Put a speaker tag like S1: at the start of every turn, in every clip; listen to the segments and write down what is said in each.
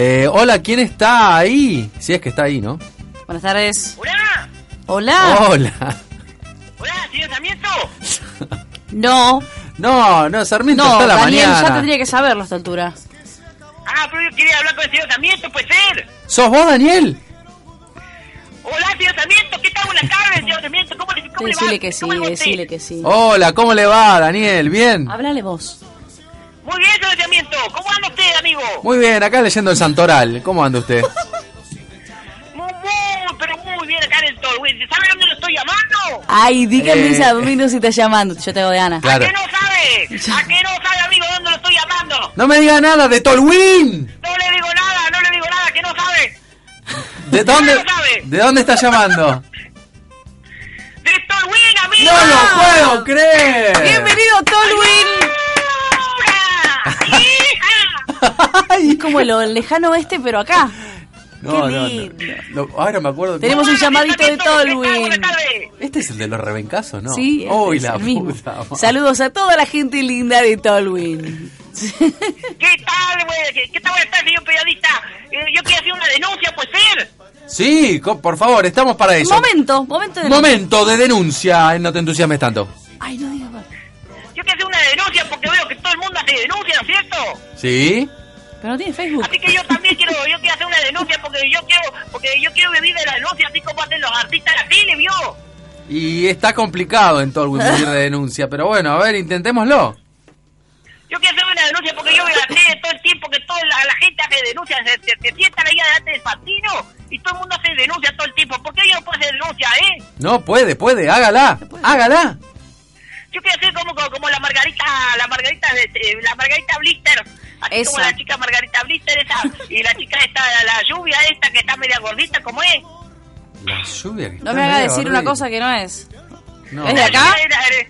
S1: Eh, hola, ¿quién está ahí? Si es que está ahí, ¿no?
S2: Buenas tardes.
S3: ¡Hola!
S1: Oh.
S2: Hola.
S1: Hola.
S3: ¡Hola, señor Sarmiento!
S2: No.
S1: No, no, Sarmiento
S2: No,
S1: está a la
S2: Daniel,
S1: mañana.
S2: ya tendría que saberlo a esta altura.
S3: Ah, pero yo quería hablar con el señor Sarmiento, puede ser.
S1: ¿Sos vos, Daniel?
S3: Hola, señor Sarmiento, ¿qué tal? Buenas tardes, señor Sarmiento. ¿Cómo le, cómo le va?
S2: Decile que sí,
S3: ¿Cómo le va a usted?
S2: decile que sí.
S1: Hola, ¿cómo le va, Daniel? ¿Bien?
S2: Háblale vos.
S3: Muy bien, señor Sarmiento. ¿Cómo anda usted, amigo?
S1: Muy bien, acá leyendo el Santoral. ¿Cómo anda usted?
S3: Muy, muy, pero muy bien acá en el toro. ¿Sabe dónde lo estoy llamando?
S2: Ay, di que
S1: Eh.
S2: Luis Armino si está llamando. Yo te de Ana.
S1: Claro.
S3: ¿A qué no sabe? ¿A qué no sabe, amigo, dónde lo estoy llamando?
S1: No me diga nada de Tolwin.
S3: No le digo nada, no le digo nada, que no sabe.
S1: ¿De dónde,
S3: lo sabe.
S1: ¿De dónde está llamando?
S3: ¡Director Win, amigo!
S1: ¡No lo puedo creer!
S2: Bienvenido, Tolwin.
S3: ¡Ahora! ¡Hija!
S1: Ay,
S2: Como lo del lejano oeste, pero acá.
S1: no,
S2: Qué
S1: no, no,
S2: lindo.
S1: No, Ahora me acuerdo.
S2: Tenemos un
S3: Hola,
S2: llamadito de
S3: Sarmiento, ¿qué tal?
S2: Tolwin.
S3: Buenas tardes.
S1: Este es el de los rebencazos, ¿no?
S2: Sí, este
S1: Uy,
S2: es
S1: la
S2: el mismo.
S1: puta madre.
S2: Saludos a toda la gente linda de Tolwin.
S3: ¿Qué tal, güey? ¿Qué- ¿Qué tal, buenas tardes, señor periodista? Eh, yo quería hacer una denuncia, pues ser.
S1: Sí, co- por favor, estamos para eso.
S2: Momento, momento de...
S1: Momento de denuncia. Ay, No te entusiasmes tanto.
S2: Ay, no digas más.
S3: Yo quiero hacer una denuncia porque veo que todo el mundo hace denuncia, ¿no es cierto?
S1: ¿Sí?
S2: Pero no tiene Facebook.
S3: Así que yo también quiero, yo quiero hacer una denuncia porque yo quiero, porque yo quiero vivir de la denuncia así como hacen los artistas de la tele, ¿vio?
S1: Y está complicado en Tolwin vivir de denuncia, pero bueno, a ver, intentémoslo.
S3: Yo quiero hacer una denuncia porque yo veo la tele todo el tiempo que toda la, la gente hace denuncias, se, se, se sientan ahí adelante del partido y todo el mundo hace denuncia todo el tiempo. ¿Por qué yo no puedo hacer denuncia, eh?
S1: No, puede, puede, hágala, hágala.
S3: Yo quiero hacer como, como, como la Margarita, la Margarita, de- de- la Margarita Blister. Así
S2: Esa.
S3: como la chica Margarita Blister esa. Y la chica esta, la, la lluvia esta que está media gordita, como es?
S1: La lluvia que
S2: No
S1: está
S2: me haga
S1: medio
S2: decir una
S1: horrible.
S2: cosa que no es.
S1: No.
S2: ¿Es de acá?
S3: La, lluvia era- era-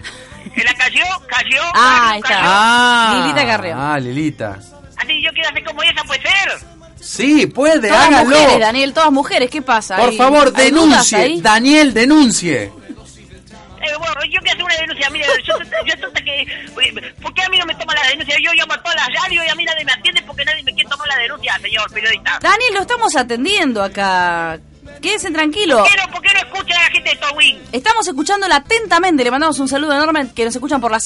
S3: que la cayó, cayó.
S2: Ah, ahí
S3: cayó,
S2: está.
S3: cayó.
S1: Ah,
S2: Lilita Carrió.
S1: Ah, Lilita.
S3: Así yo quiero hacer como esa, puede ser.
S1: Sí, puede,
S2: Todas
S1: hágalo.
S2: mujeres, Daniel, todas mujeres. ¿Qué pasa?
S1: Por
S2: ¿Hay-
S1: favor,
S2: hay dudas
S1: denuncie.
S2: ahí?
S1: Daniel, denuncie.
S3: Eh, bueno, yo quiero hacer una denuncia, mira, yo, yo tonta que... ¿Por qué a mí no me toman la denuncia? Yo llamo a todas las radios y a mí nadie me atiende porque nadie me quiere tomar la denuncia, señor periodista.
S2: Daniel, lo estamos atendiendo acá. Quédense tranquilos.
S3: ¿Por qué no, por qué no escuchan a la gente de Towin?
S2: Estamos escuchándola atentamente. Le mandamos un saludo enorme que nos escuchan por la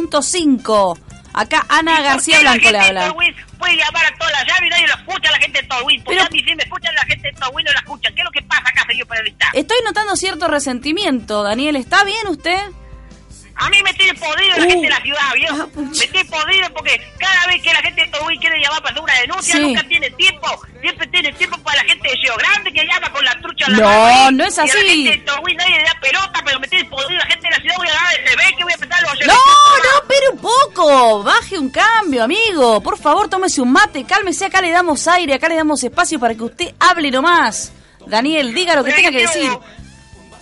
S2: 102.5. Acá Ana García Blanco le habla.
S3: Puede llamar a todas las llaves y nadie lo escucha a la gente de Pues Towin. ¿Por qué
S2: Pero-
S3: a mí sí me escuchan la gente de Towin no la escuchan? ¿Qué es lo que pasa acá, señor periodista?
S2: Estoy notando cierto resentimiento, Daniel. ¿Está bien usted?
S3: A mí me tiene podrido la
S2: Uh.
S3: gente de la ciudad,
S2: Ah,
S3: viejo.
S2: pucha.
S3: Me tiene podrido porque cada vez que la gente de Towin quiere llamar para hacer una denuncia,
S2: Sí.
S3: nunca tiene tiempo. Siempre tiene tiempo para la gente de Río Grande que llama con la trucha en la
S2: No,
S3: mano. ¿eh?
S2: no es
S3: Y a
S2: así.
S3: la gente de Towin nadie le da pelota, pero me tiene podrido la gente de la ciudad. Voy a agarrar el TV que voy a empezar los
S2: No, no, pero un poco. Baje un cambio, amigo. Por favor, tómese un mate, cálmese. Acá le damos aire, acá le damos espacio para que usted hable nomás. Daniel, diga lo que
S3: Bueno,
S2: tenga
S3: yo
S2: que decir.
S3: quiero-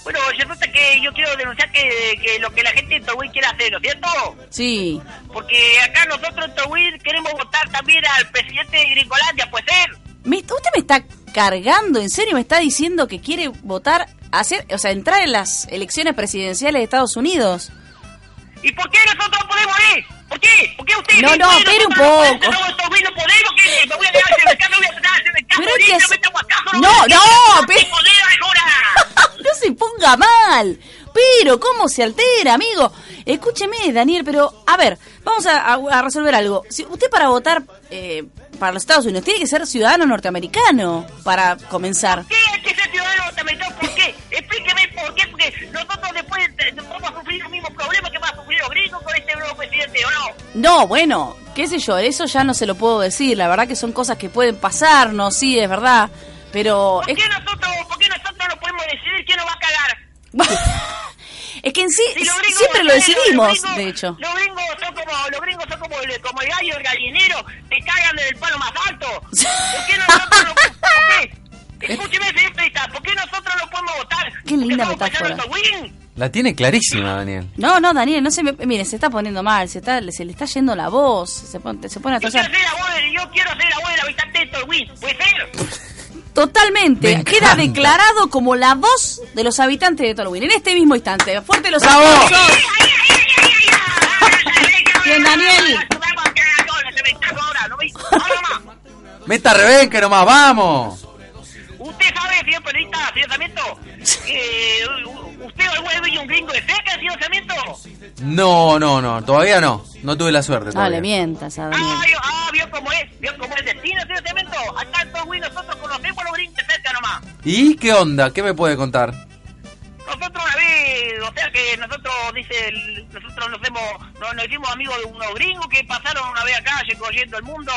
S3: Bueno, se trata que yo quiero denunciar que, que lo que la gente de Towin quiere hacer, ¿no es cierto?
S2: Sí.
S3: Porque acá nosotros en Towin queremos votar también al presidente de Gringolandia, pues él.
S2: Me- usted me está cargando, en serio, me está diciendo que quiere votar, hacer, o sea, entrar en las elecciones presidenciales de Estados Unidos.
S3: ¿Y por qué nosotros no podemos ir? ¿Por qué? ¿Por qué ustedes?
S2: No,
S3: sí
S2: no,
S3: pueden,
S2: espere un
S3: nosotros
S2: poco.
S3: No, podemos, en Towin no podemos, que me voy a quedar en el mercado, voy a quedar en el mercado,
S2: Pero es
S3: ahorita
S2: que es-
S3: me tengo acaso,
S2: No,
S3: me-
S2: no,
S3: me-
S2: pe-
S3: me podría ahora.
S2: ¡Ah! no se ponga mal. Pero, ¿cómo se altera, amigo? Escúcheme, Daniel, pero, a ver, vamos a, a- a resolver algo. Si usted para votar eh, para los Estados Unidos tiene que ser ciudadano norteamericano para comenzar.
S3: ¿Qué es que ser ciudadano norteamericano? ¿Por qué? Explíqueme por qué, porque nosotros después eh, vamos a sufrir los mismos problemas que van a sufrir los gringos con este nuevo presidente, ¿o no?
S2: No, bueno, qué sé yo, eso ya no se lo puedo decir. La verdad que son cosas que pueden pasarnos, sí, es verdad. Pero
S3: ¿Por
S2: es
S3: qué nosotros, por qué nosotros no podemos decidir quién nos va a cagar?
S2: Es que en sí,
S3: Sí, los gringos,
S2: siempre lo
S3: los gringos,
S2: decidimos,
S3: los gringos-
S2: de hecho.
S3: Los gringos son como, los gringos son como, el- como el gallo, el gallinero, te cagan del palo más alto. ¿Por qué nosotros lo, por qué? Escúcheme, señorita, ¿por qué nosotros lo podemos votar?
S2: Qué linda
S3: ¿Por qué somos
S2: metáfora.
S3: paisanos de Win?
S1: La tiene clarísima, Daniel.
S2: No, no, Daniel, no se me... Mire, se está poniendo mal, se, está, se le está yendo la voz, se pone, se pone a
S3: Yo quiero
S2: tosar.
S3: ser la voz, de- yo quiero ser la voz del habitante de Tolwin, puede ser.
S2: Totalmente,
S1: Me
S2: queda
S1: encanta.
S2: declarado como la voz de los habitantes de Tolwyn en este mismo instante. Fuerte los
S1: ¡Bravo!
S2: aplausos.
S3: Bien,
S2: Bien, Daniel.
S1: Meta a Rebenque nomás, vamos.
S3: Usted sabe, señor periodista, señor Sarmiento, que u- usted alguna vez vio un gringo de cerca, señor Sarmiento.
S1: No, no, no, todavía no. No tuve la suerte.
S2: No le
S1: Todavía.
S2: mientas a
S3: Ah,
S2: Daniel.
S3: vio, ah, vio cómo es, vio cómo es el destino, señor Sarmiento. Acá en Togui nosotros conocemos a los gringos de cerca nomás.
S1: ¿Y qué onda? ¿Qué me puede contar?
S3: Nosotros una vez, o sea que nosotros, dice, el- nosotros nos, hemos, nos, nos hicimos amigos de unos gringos que pasaron una vez acá recorriendo el mundo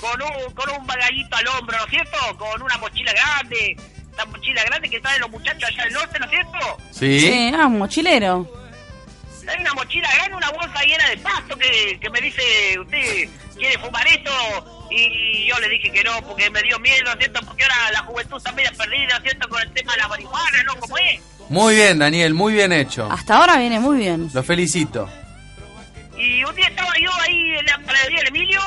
S3: con un, con un bagallito al hombro, ¿no es cierto? Con una mochila grande, esta mochila grande que traen los muchachos allá del norte, ¿no es cierto?
S1: ¿Sí?
S2: Sí, ah, un mochilero.
S3: Hay una mochila grande, una bolsa llena de pasto que, que me dice, usted quiere fumar esto. Y yo le dije que no, porque me dio miedo, ¿no es ¿cierto? Porque ahora la juventud está media perdida, ¿no es ¿cierto? Con el tema de la marihuana, ¿no? Como es.
S1: Muy bien, Daniel, muy bien hecho.
S2: Hasta ahora viene muy bien.
S1: Lo felicito.
S3: Y un día estaba yo ahí en la panadería del Emilio,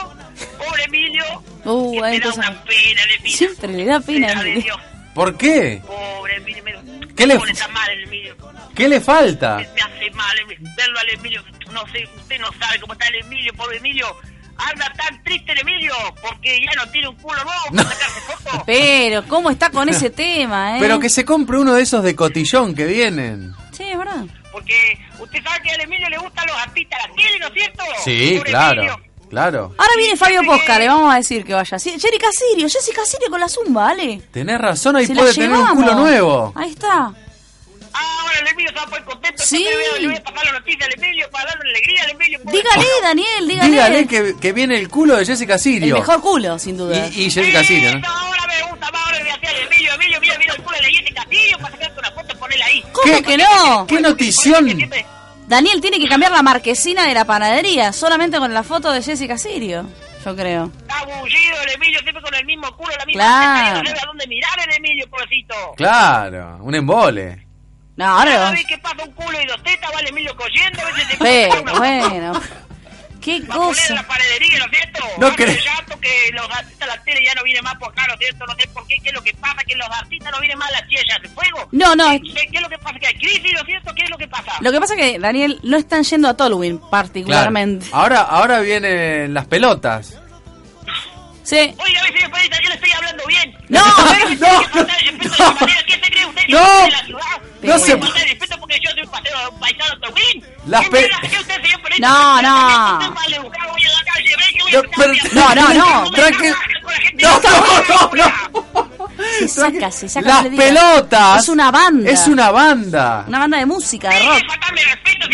S3: pobre Emilio,
S2: Uh,
S3: que me da
S2: entonces-
S3: una pena, el Emilio.
S2: Siempre le da pena
S3: Será
S2: al
S3: de
S2: Emilio.
S3: Dios,
S1: ¿Por qué?
S3: pobre Emilio, me,
S1: ¿Qué le- Ah.
S3: pobre está mal el Emilio,
S1: ¿Qué le falta?
S2: Eh.
S3: me, me hace mal Emilio. verlo al Emilio, no sé, usted no sabe cómo está el Emilio, pobre Emilio, anda tan triste el Emilio, porque ya no tiene un culo nuevo para sacarse fotos.
S2: Pero, ¿cómo está con ese tema, eh?
S1: Pero que se compre uno de esos de cotillón que vienen.
S2: Sí, es verdad.
S3: Porque usted sabe que al Emilio le gustan los artistas, la tele, ¿no es cierto?
S1: Sí,
S3: Pobre
S1: claro,
S3: Emilio.
S1: claro.
S2: Ahora viene Fabio Posca, le vamos a decir que vaya. Sí, Jerry Casirio, Jessy Casirio con la zumba, Ale.
S1: Tenés razón, ahí
S2: Se la
S1: puede tener un
S2: llevamos.
S1: culo nuevo.
S2: Ahí está.
S3: Ah, ahora el Emilio se va a poner contento.
S2: Sí.
S3: Yo te veo, le voy a pasar la noticia al Emilio para darle alegría al Emilio. pobre
S2: Dígale, Daniel, dígale.
S1: Dígale que, que viene el culo de Jessica
S2: El
S1: Sirio.
S2: mejor culo, sin duda.
S1: Y, y Jessica Sirio,
S3: Eso
S1: ¿no?
S3: Ahora me gusta más, ahora le voy a hacer el Emilio, Emilio, mira, mira el culo de la Jenny Castillo para sacarte una foto y ponerla ahí.
S2: ¿Cómo
S1: ¿Qué?
S2: que no?
S1: ¡Qué notición!
S3: Porque siempre-
S2: Daniel tiene que cambiar la marquesina de la panadería solamente con la foto de Jessica Sirio, yo creo.
S3: Está bullido el Emilio, siempre con el mismo culo, la misma
S2: Claro.
S3: teta, y no sabe a dónde mirar el Emilio, pobrecito.
S1: Claro, un embole.
S2: No, ahora
S3: Cada
S2: lo-
S3: vez que pasa un culo y dos tetas, va el Emilio cogiendo, a veces se
S2: Pero,
S3: una-
S2: bueno. Qué
S3: Va a poner en la
S2: cosa.
S3: panadería, ¿no es cierto?
S1: No
S3: Ahora
S1: cre-
S3: el llanto que los artistas, la tele ya no viene más por acá, ¿no es cierto? No sé por qué, qué es lo que pasa, que los artistas no vienen más a las tierras de fuego.
S2: No, no.
S3: ¿Qué, qué es lo que pasa? ¿Que hay crisis, ¿no es cierto? ¿Qué es lo que pasa?
S2: Lo que pasa es que, Daniel, no están yendo a Tolwyn
S1: Claro.
S2: particularmente.
S1: Ahora, ahora vienen las pelotas.
S2: Sí.
S3: Oiga, mi señor periodista, yo le estoy hablando bien.
S2: No,
S3: ¿Qué
S1: no,
S3: pasa?
S1: no,
S3: ¿Qué pasa?
S1: no.
S3: ¿Qué se cree usted?
S1: No,
S3: ¿Que usted es de la ciudad?
S1: no
S3: ¿Que
S1: se-
S3: usted es de respeto porque yo soy un paseo paisano de Tobín?
S1: Las
S3: ¿Qué
S1: pe-
S3: mierda cree usted, señor periodista?
S2: No,
S3: ¿Usted
S2: no.
S3: es un maleducado? Voy a la calle, ve que voy a
S1: No,
S3: sacar
S1: pero-
S3: mi-
S2: no, no, no,
S3: me
S1: tranquil-
S3: hagas con la gente
S1: No,
S3: que está
S1: no,
S3: afuera.
S1: no,
S2: Se saca, se saca.
S1: Las
S2: no le diga.
S1: pelotas.
S2: Es una banda.
S1: Es una banda.
S2: Una banda de música, de
S3: Deje de
S2: rock.
S3: faltarme respeto, que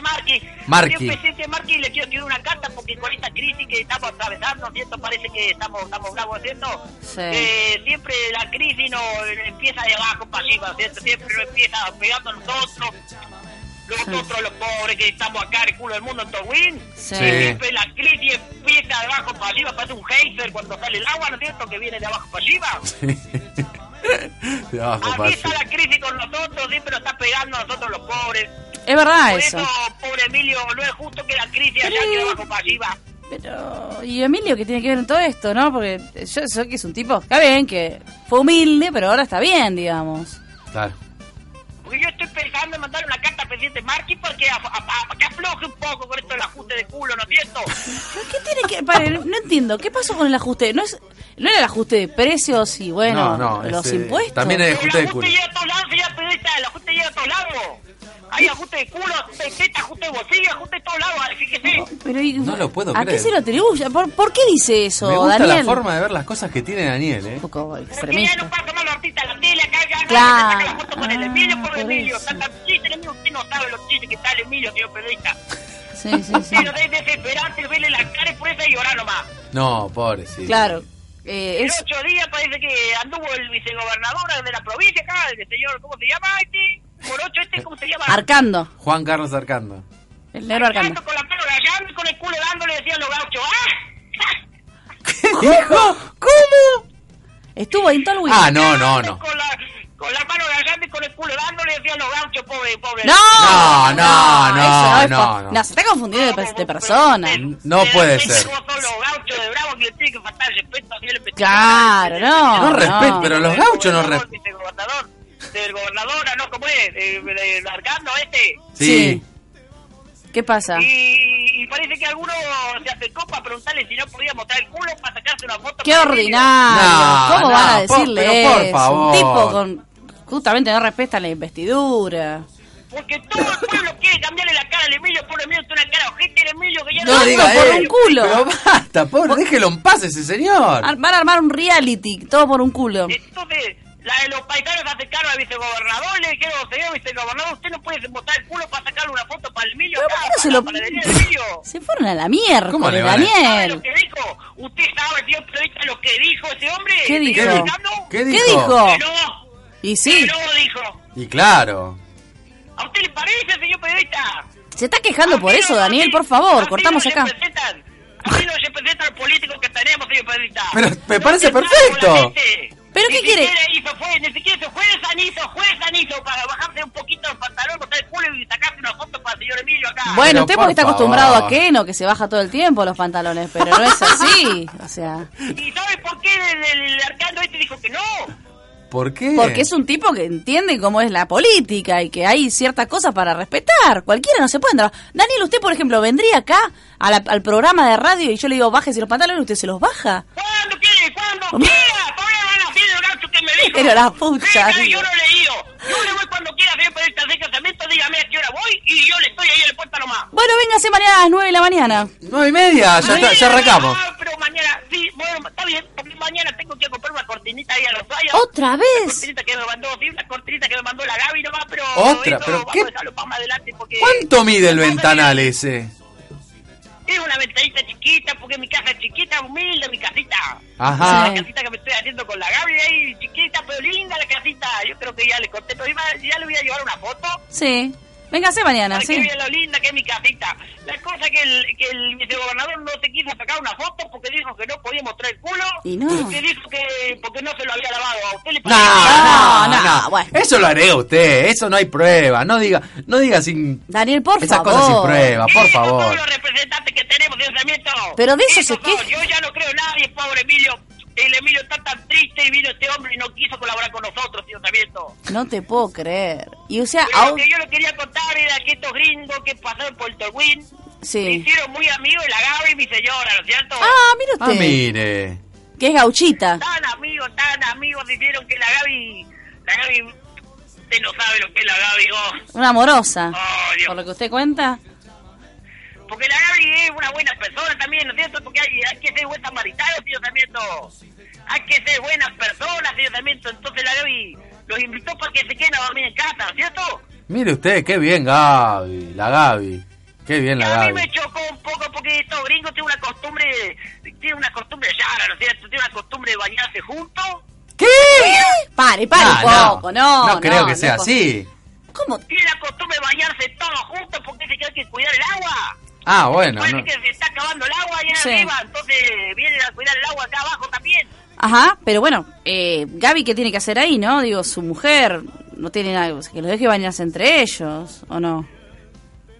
S3: Marqui.
S1: Marqui.
S3: Al señor presidente Marqui le quiero escribir una carta porque con esta crisis que estamos atravesando, ¿no es cierto?, parece que estamos, estamos bravos, ¿no es cierto?
S2: Sí.
S3: Eh, siempre la crisis no eh, empieza de abajo para arriba, ¿no es cierto? Siempre nos empieza pegando a nosotros, nosotros los pobres que estamos acá, el culo del mundo en Towin.
S2: Sí.
S1: Sí.
S3: Siempre la crisis empieza de abajo para arriba, parece un geyser cuando sale el agua, ¿no es cierto?, que viene de abajo para arriba.
S1: De abajo,
S3: Aquí
S1: papi.
S3: está la crisis con nosotros, siempre nos está pegando a nosotros los pobres.
S2: Es verdad
S3: Por
S2: eso.
S3: eso, pobre Emilio, no es justo que la crisis allá que abajo para arriba.
S2: Pero, ¿y Emilio qué tiene que ver en todo esto, no? Porque yo sé que es un tipo, está bien, que fue humilde, pero ahora está bien, digamos.
S1: Claro.
S3: Porque yo estoy pensando en mandar una carta al presidente Marqui porque a, a- a- que afloje un poco con esto del ajuste de culo, ¿no es cierto?
S2: ¿Pero qué tiene que...? Pare, no entiendo, ¿qué pasó con el ajuste? ¿No, es, no era el ajuste de precios y, bueno,
S1: No, no,
S2: los
S1: ese-
S2: impuestos?
S1: también es-
S3: El
S1: ajuste de culo.
S3: ajuste llega a todos lados, señor periodista, el ajuste llega a todos lados. Hay ajuste de culo, ajuste de teta, ajuste de bolsillo, ajuste de todos lados, fíjese.
S2: Me Pero, ¿y-
S1: No lo puedo
S2: ¿A
S1: creer.
S2: qué se lo atribuye? ¿Por, por qué dice eso,
S1: Me gusta
S2: Daniel?
S1: la forma de ver las cosas que tiene Daniel, ¿eh?
S2: Un poco
S3: Porque ya no
S2: extremista.
S3: pasa más los artistas la tele, acá ya
S2: Claro.
S3: no foto con el
S2: Ah,
S3: Emilio, por
S2: por
S3: Emilio,
S2: eso.
S3: tanta chiste, el Emilio, usted no sabe los chistes que está el Emilio, señor periodista.
S2: Sí, sí, sí.
S3: Pero es desesperante verle la cara y por eso hay llorar nomás.
S1: No, pobrecito.
S2: Claro. Eh,
S3: En
S2: es,
S3: ocho días parece que anduvo el vicegobernador de la provincia acá, el señor, ¿cómo se llama este? Morocho este, ¿cómo se llama?
S2: Arcando.
S1: Juan Carlos Arcando.
S2: El negro Arcando.
S3: Con la mano rayando y con el culo dándole, decían los gauchos, ¡ah!
S1: ¿Dijo?
S2: ¿Cómo? Estuvo ahí en todo el
S1: Ah,
S2: weekend.
S1: no, no, no.
S3: Con la, con la mano rayando y con el culo dándole, decían los gauchos, pobre, pobre.
S1: No, no, no,
S2: eso es
S1: no,
S2: po-
S1: no.
S2: se está confundiendo de, per- de persona.
S1: No puede ser.
S3: Vos sos los gauchos de Bravo que le tienen que faltar el respeto a Miguel Petrón.
S2: Claro, no.
S1: No respeto,
S2: no.
S1: pero los gauchos no
S3: Del
S1: respetan.
S3: gobernador, Del gobernador, ah, ¿no? ¿Cómo es? Eh, De- de- de Arcando este.
S1: Sí.
S2: ¿Qué pasa?
S3: Y, y parece que alguno se acercó para preguntarle si no podía mostrar el culo para sacarse una foto.
S2: Qué
S3: con el
S2: ordinario.
S1: No,
S2: ¿Cómo
S1: no,
S2: van a
S1: por-
S2: decirle
S1: pero por
S2: eso?
S1: favor.
S2: Un tipo con justamente no respeta la investidura.
S3: Emilio. Porque todo el pueblo quiere cambiarle la cara al Emilio. Pobre Emilio, tiene una cara ojete el Emilio que ya
S2: No,
S3: no...
S2: diga por un culo. Ah,
S1: Pero basta, pobre, déjelo en paz ese señor.
S2: Ar- Van a armar un reality, todo por un culo.
S3: Entonces, la de los paisanos se acercaron al vicegobernador y le dijeron, señor vicegobernador, usted no puede mostrar el culo para sacarle una foto para el Emilio.
S2: Pero
S3: acá,
S2: ¿por qué no se
S3: para-
S2: lo-
S3: para el Emilio.
S2: Se fueron a la mierda,
S1: ¿Cómo le van a-
S3: ¿Sabe lo
S2: Daniel.
S3: que dijo? ¿Usted sabe, señor periodista, lo que dijo ese hombre?
S2: ¿Qué
S3: ¿El
S2: dijo?
S3: señor Arcando?
S1: ¿Qué
S2: ¿Qué
S1: dijo?
S2: dijo?
S3: Que no,
S2: Y sí,
S3: que no dijo.
S1: Y claro.
S3: ¿A usted le parece, señor periodista?
S2: se está quejando por
S3: Así
S2: eso,
S3: no-
S2: Daniel,
S3: así-
S2: por favor,
S3: así
S2: cortamos
S3: no
S2: acá.
S3: representan- Así no representan los políticos que tenemos, señor periodista.
S1: Pero me parece
S3: se tratan con la
S1: perfecto.
S3: gente.
S2: ¿Pero
S3: Ni
S2: qué quiere?
S3: siquiera hizo fue- ni siquiera se juezan hizo, juezan hizo para bajarse un poquito los pantalones, botar el culo y sacarse una foto para el señor Emilio acá.
S2: Bueno,
S1: Pero
S2: usted porque
S1: por
S2: está acostumbrado a
S1: favor.
S2: Keno, que se baja todo el tiempo los pantalones, pero no es así. O sea,
S3: ¿Y sabe por qué el, el arcando este dijo que no?
S1: ¿Por qué?
S2: porque es un tipo que entiende cómo es la política y que hay ciertas cosas para respetar. Cualquiera no se puede entrar. Daniel, usted, por ejemplo, vendría acá a la- al programa de radio y yo le digo, bájese los pantalones, usted se los baja.
S3: ¿Cuándo quiere? ¿Cuándo quiera? Todavía van a ser el gaucho que me dijo.
S2: Pero la puta,
S3: Venga,
S2: digo.
S3: yo no le digo. Yo le voy cuando quiera, señor periodista, de casamiento, dígame a qué hora voy y yo le estoy ahí en la puerta nomás.
S2: Bueno, véngase mañana a las 9 de la mañana.
S1: Nueve y media, ya, está- ya arrancamos.
S3: Ah, pero mañana, sí, bueno, está bien, porque mañana tengo que comprar una cortinita ahí a los vallas.
S2: ¿Otra
S3: Una
S2: vez?
S3: cortinita que me mandó, sí, una cortinita que me mandó la Gaby nomás, pero...
S1: Otra,
S3: eso
S1: pero
S3: vamos
S1: qué-
S3: a dejarlo para más adelante porque...
S1: ¿Cuánto mide el ventanal ese?
S3: Es una ventanita chiquita, porque mi casa es chiquita, humilde, mi casita.
S1: Ajá.
S3: La casita que me estoy haciendo con la Gaby ahí, chiquita, pero linda la casita. Yo creo que ya le conté, pero iba- ya le voy a llevar una foto.
S2: Sí. Véngase mañana,
S3: Para que
S2: Ah, sí.
S3: vea lo linda que es mi casita. La cosa que el, que el vicegobernador no te quiso sacar una foto porque dijo que no podía mostrar el culo.
S2: Y no.
S3: Que dijo que porque no se lo había lavado. ¿A usted le
S1: No,
S2: No,
S1: no,
S2: no,
S1: no,
S2: bueno.
S1: Eso lo haré usted, eso no hay prueba. No diga, no diga sin.
S2: Daniel, por
S1: Esas
S2: favor.
S1: cosas sin prueba, Ah, por
S3: Esos
S1: favor.
S3: son los representantes que tenemos de Sarmiento.
S2: Pero de eso
S3: Esos
S2: se queja.
S3: son. Yo ya no creo en nadie, pobre Emilio. El Emilio está tan triste y vino este hombre y no quiso colaborar con nosotros, señor Sarmiento.
S2: No te puedo creer. Y o sea,
S3: Pero Lo
S2: au-
S3: que yo le quería contar era que estos gringos que pasaron por Torwin se
S2: sí.
S3: hicieron muy amigos de la Gaby, mi señora, ¿no es cierto?
S2: Ah, mire
S1: Ah,
S2: usted.
S1: mire.
S2: Que es gauchita.
S3: Tan amigos, tan amigos, hicieron que la Gaby... La Gaby... Usted no sabe lo que es la Gaby, oh.
S2: Una amorosa.
S3: Oh, Dios.
S2: Por lo que usted cuenta.
S3: Porque la Gaby es una buena persona también, ¿no es cierto? Porque hay, hay que ser buen samaritario, señor Sarmiento. Hay que ser buenas personas, señor Sarmiento. Entonces la Gaby los invitó para que se queden a dormir en casa, ¿no es ¿cierto?
S1: Mire usted, qué bien Gaby, la Gaby. Qué bien la
S3: a mí me
S1: Gaby.
S3: chocó un poco porque estos gringos tienen una costumbre, tienen una costumbre rara, ¿no es cierto? Tienen una costumbre de bañarse juntos.
S2: ¿Qué? Pare, pare
S1: Ah, No,
S2: un poco. No, no,
S1: no creo que
S2: no
S1: sea
S2: es
S1: así.
S2: pos- ¿Cómo?
S3: Tienen la costumbre de bañarse todos juntos porque se que hay que cuidar el agua.
S1: Ah, bueno.
S3: Parece
S1: no.
S3: que se está acabando el agua allá
S2: Sí.
S3: arriba, entonces vienen a cuidar el agua acá abajo también.
S2: Ajá, pero bueno, eh, Gaby, ¿qué tiene que hacer ahí, no? Digo, su mujer no tiene nada. o sea, que los deje bañarse entre ellos, ¿o no?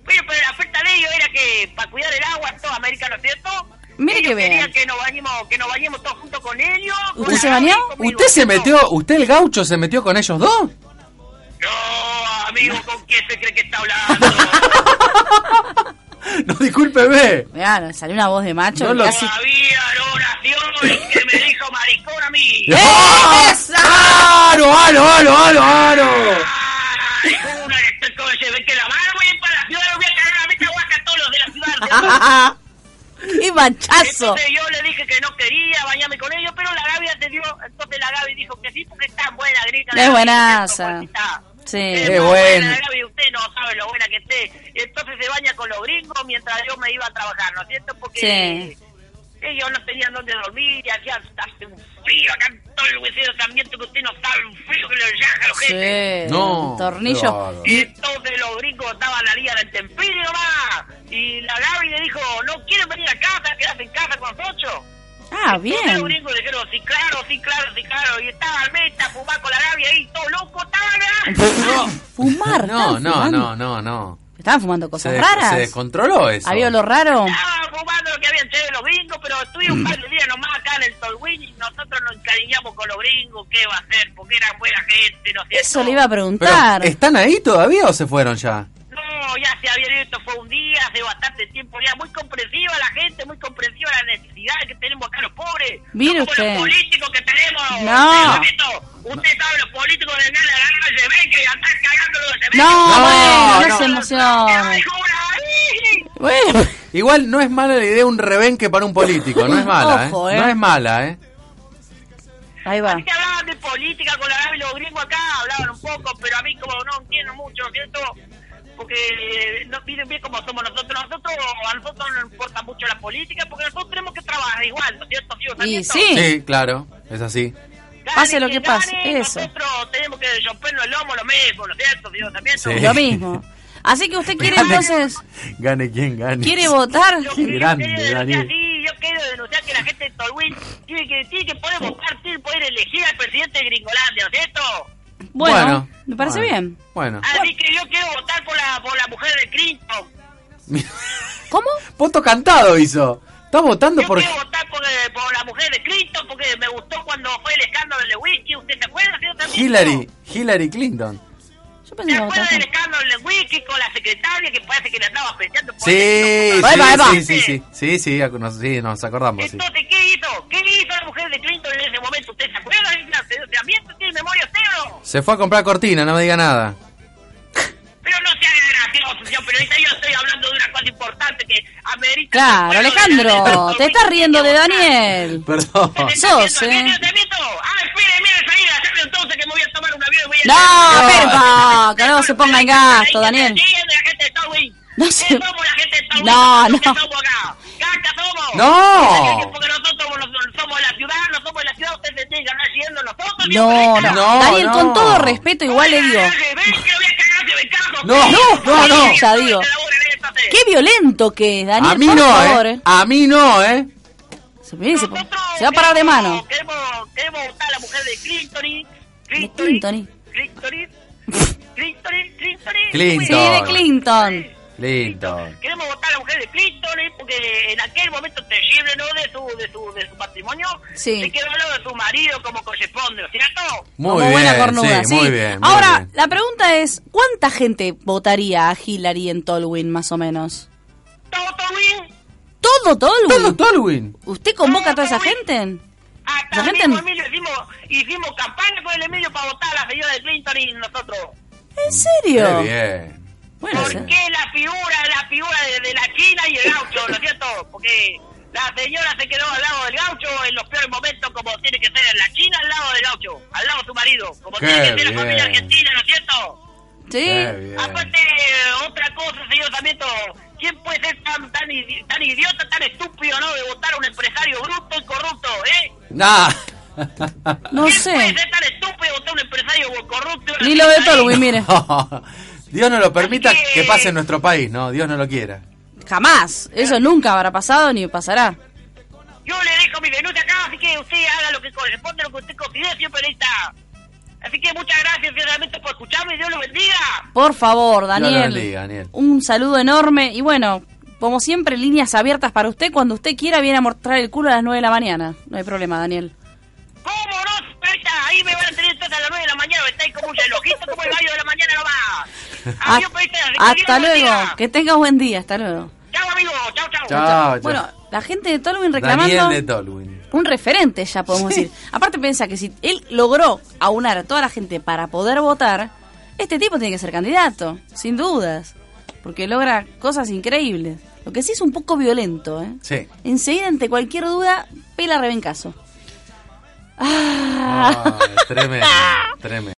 S3: Bueno, pero la oferta de ellos era que para cuidar el agua en toda América, ¿no es cierto?
S2: Mire
S3: ellos
S2: que vean.
S3: querían que nos bañemos, que nos bañemos todos juntos con ellos. con
S2: ¿Usted
S3: la
S2: se
S3: Gaby,
S2: bañó?
S3: conmigo,
S1: ¿Usted se
S3: ¿no?
S1: metió, usted el gaucho se metió con ellos dos?
S3: No, amigo, ¿con quién se cree que está hablando?
S1: No, discúlpeme.
S2: Mirá, salió una voz de macho.
S1: No
S2: que
S1: lo-
S2: casi-
S3: Todavía no nació el que me dijo maricón a mí.
S2: ¡Eh,
S1: ¡Aro, aro, aro, aro, aro!
S3: Ay, una de estas cosas, se ve que la mano voy a ir para la ciudad, lo voy a cagar a la meta guaca a todos los de la ciudad.
S2: esa! ¡Qué machazo!
S3: Entonces yo le dije que no quería bañarme con ellos, pero la Gaby atendió, entonces la Gaby dijo que sí, porque es tan buena, grita. la
S2: Es
S3: Gaby,
S2: buenaza. Eh,
S3: que esto, pues, está.
S2: Sí.
S3: Es
S2: Qué
S3: muy
S1: buena.
S3: la Gaby, usted no sabe lo buena que esté. Entonces se baña con los gringos mientras yo me iba a trabajar, ¿no es cierto? Porque
S1: Eh,
S3: eh,
S2: Sí.
S3: ellos no tenían dónde dormir y hacía hace un frío acá en todo el huesero también, que usted no sabe, un frío que le llaja a los gente.
S2: Sí,
S1: No,
S2: un tornillo.
S1: qué bárbaro.
S3: Y entonces los gringos estaban ahí al tempirio nomás. Y la Gaby le dijo, ¿no quieren venir a casa? ¿Quedarse en casa con nosotros?
S2: Ah,
S3: Entonces los
S2: bien.
S3: gringos le dijeron, sí, claro, sí, claro, sí, claro. Y estaba al meta, fumar con la Gaby ahí, todo loco, estaba.
S1: No.
S2: Fumar.
S1: No,
S2: estaban
S1: no,
S2: fumando.
S1: no, no, no.
S2: Estaban fumando
S1: Se,
S2: cosas
S1: de- se
S2: raras.
S1: descontroló eso.
S2: Había olor raro.
S3: Estaba fumando lo que habían hecho los gringos, pero estuve un par de días nomás acá en el Tolwin y nosotros nos encariñamos con los gringos, ¿qué va a hacer? Porque eran buena gente, ¿no es cierto?
S2: Eso le iba a
S1: Pero,
S2: preguntar.
S1: ¿Están ahí todavía o se fueron ya?
S3: No, ya se había ido, esto fue un día, hace bastante tiempo, ya muy comprensiva la gente, muy comprensiva la necesidad que tenemos acá los pobres.
S2: Mire
S3: No como
S2: usted.
S3: los políticos que tenemos.
S2: No.
S3: Usted, Beto, Usted sabe, los políticos de nada, la se ven que ya están cagando los de
S2: No,
S1: bueno, no
S2: se emocione. Bueno,
S1: Igual no es mala la idea de un rebenque para un político, no es mala,
S2: Ojo,
S1: ¿eh?
S2: ¿eh?
S1: No es mala, ¿eh?
S2: ahí va.
S3: Así que hablaban de política con la Gaby y los gringos acá, hablaban un poco, pero a mí como no entiendo mucho, ¿cierto? Porque eh, no miren bien cómo somos nosotros, nosotros a nosotros no nos importa mucho la política porque nosotros tenemos que trabajar igual, ¿no es cierto? ¿Sí o no es
S2: Y
S3: cierto?
S2: sí.
S1: Sí, claro, es así.
S3: Gane
S2: Pase lo
S3: quien
S2: que pase,
S3: gane,
S2: eso.
S3: Nosotros tenemos que rompernos el lomo lo mismo, ¿no es cierto? Digo, también
S1: Sí.
S3: somos-
S2: Lo mismo. Así que usted quiere
S1: Grande.
S2: entonces,
S1: Gane quien gane.
S2: quiere votar.
S3: Yo, yo
S1: Grande,
S3: quiero denunciar,
S1: Daniel.
S3: sí, yo quiero denunciar que la gente de Tolwyn tiene que, tiene que poder votar, tiene que poder elegir al presidente de Gringolandia, ¿no es cierto?
S2: Bueno, me parece
S1: bueno,
S2: bien.
S1: Bueno.
S3: Así que yo quiero votar por la, por la mujer de Clinton.
S2: ¿Cómo?
S1: Voto cantado hizo. Está votando
S3: Yo
S1: por...
S3: quiero votar por, eh, por la mujer de Clinton porque me gustó cuando fue el escándalo de Lewinsky. ¿Usted se acuerda? señor Tarcísio?
S1: Hillary, Hillary Clinton.
S2: Yo
S3: ¿Se
S2: pensé que iba a votar.
S3: acuerda del escándalo de Lewinsky con la secretaria que parece que le andaba peleando? por
S1: Sí,
S3: esto?
S2: Ahí va, ahí va.
S1: sí, sí, sí, sí, sí, sí, ac- nos, sí, nos acordamos, sí.
S3: Entonces, ¿qué hizo? ¿Qué hizo la mujer de Clinton en ese momento? ¿Usted se acuerda? ¿Se, se ambiente tiene memoria cero?
S1: Se fue a comprar cortina, no me diga nada.
S3: Pero no sea gracioso, señor periodista. Yo estoy hablando de una cosa importante que amerita...
S2: Claro, Alejandro, te estás riendo de Daniel.
S1: Perdón.
S2: Sos,
S3: ¿Te
S2: eh.
S3: ¿Te meto? Ah, espere, mire, salir a hacerle entonces que me voy a tomar un avión y voy a...
S2: No, Pepa, que no se ponga en gasto, Daniel.
S3: Sí, de la gente de Tawin.
S2: No
S3: ¿Qué
S2: se-
S3: somos la gente de Tawin?
S2: No,
S3: ¿Qué
S2: no.
S3: somos acá? ¡Caca somos!
S1: No.
S3: Porque nosotros no somos la ciudad, no somos la ciudad, ustedes se tienen que andar siguiendo nosotros.
S2: No,
S3: señor
S1: No,
S3: periodista.
S2: no. Daniel,
S1: no.
S2: con todo respeto, igual le digo.
S1: No, no, no.
S2: Ya digo. Qué violento que es, Daniel.
S1: A mí
S2: por
S1: no,
S2: favor,
S1: ¿eh? A mí no, ¿eh?
S2: Se, me- se- pues, se va a parar de mano.
S3: Queremos, queremos votar a la mujer de Clinton.
S2: De Clinton.
S3: Clinton. Clinton. Clinton.
S1: Clinton.
S2: Sí, de Clinton.
S1: Clinton.
S3: Queremos votar a la mujer de Clinton ¿eh? porque en aquel momento terrible, ¿no? De su, de su, de su patrimonio.
S2: Sí.
S3: Se quedó hablando de su marido como corresponde, ¿no es ¿cierto?
S1: Muy
S2: Como
S1: bien,
S2: buena cornuda,
S1: sí, muy bien. muy
S2: Ahora,
S1: bien.
S2: la pregunta es, ¿cuánta gente votaría a Hillary en Tolwyn, más o menos?
S3: Todo, todo bien.
S1: Todo
S2: ¿Todo Tolwyn?
S1: Tolwyn.
S2: ¿Usted convoca a toda esa gente?
S3: Hasta
S2: La gente
S3: mismo
S2: no-
S3: Emilio hicimos, hicimos campaña con el Emilio para votar a la señora de Clinton y nosotros.
S2: ¿En
S1: Qué
S2: serio?
S1: bien.
S2: Bueno,
S3: Porque
S2: se-
S3: la figura, la figura de, de la China y el gaucho, ¿no es cierto? Porque la señora se quedó al lado del gaucho en los peores momentos, como tiene que ser la China al lado del gaucho, al lado de su marido, como
S1: Qué
S3: tiene que ser
S1: bien.
S3: la familia argentina, ¿no es cierto?
S1: Qué
S2: sí.
S1: bien.
S3: Aparte, eh, otra cosa, señor Sarmiento, ¿quién puede ser tan, tan, idi- tan idiota, tan estúpido, ¿no? De votar a un empresario bruto y corrupto, ¿eh?
S1: Nah.
S2: No
S3: ¿Quién
S2: sé.
S3: puede ser tan estúpido de votar a un empresario corrupto?
S2: Ni lo de Tolwyn, mire.
S1: Dios no lo permita
S3: Así que-
S1: que pase en nuestro país, ¿no? Dios no lo quiera.
S2: Jamás. Eso nunca habrá pasado ni pasará.
S3: Yo le dejo mi denuncia acá, así que usted haga lo que corresponde, lo que usted considere, señor periodista. Así que muchas gracias, sinceramente, por escucharme y Dios lo bendiga.
S2: Por favor,
S1: lo
S2: Daniel.
S1: bendiga, Daniel.
S2: Un saludo enorme y bueno, como siempre, líneas abiertas para usted. Cuando usted quiera, viene a mostrar el culo a las 9 de la mañana. No hay problema, Daniel.
S3: ¿Cómo no, periodista? Ahí me van a tener entonces a las 9 de la mañana, está ahí como un relojito, como el gallo de la mañana nomás. Adiós,
S2: Ha-
S3: periodista. que Dios
S2: Ah, Hasta
S3: lo
S2: luego.
S3: bendiga.
S2: Que tengas buen día. Hasta luego.
S3: Chao, amigo. Chao, chao.
S1: Ah, Chao, chao.
S2: Bueno, la gente de Tolwyn
S1: Daniel
S2: reclamando
S1: de Tolwyn.
S2: un referente, ya podemos decir. Aparte piensa que si él logró aunar a toda la gente para poder votar, este tipo tiene que ser candidato, sin dudas, porque logra cosas increíbles. Lo que sí es un poco violento, ¿eh?
S1: Sí.
S2: Enseguida, ante cualquier duda, pela rebencazo. Ah.
S1: Ay, tremendo, tremendo.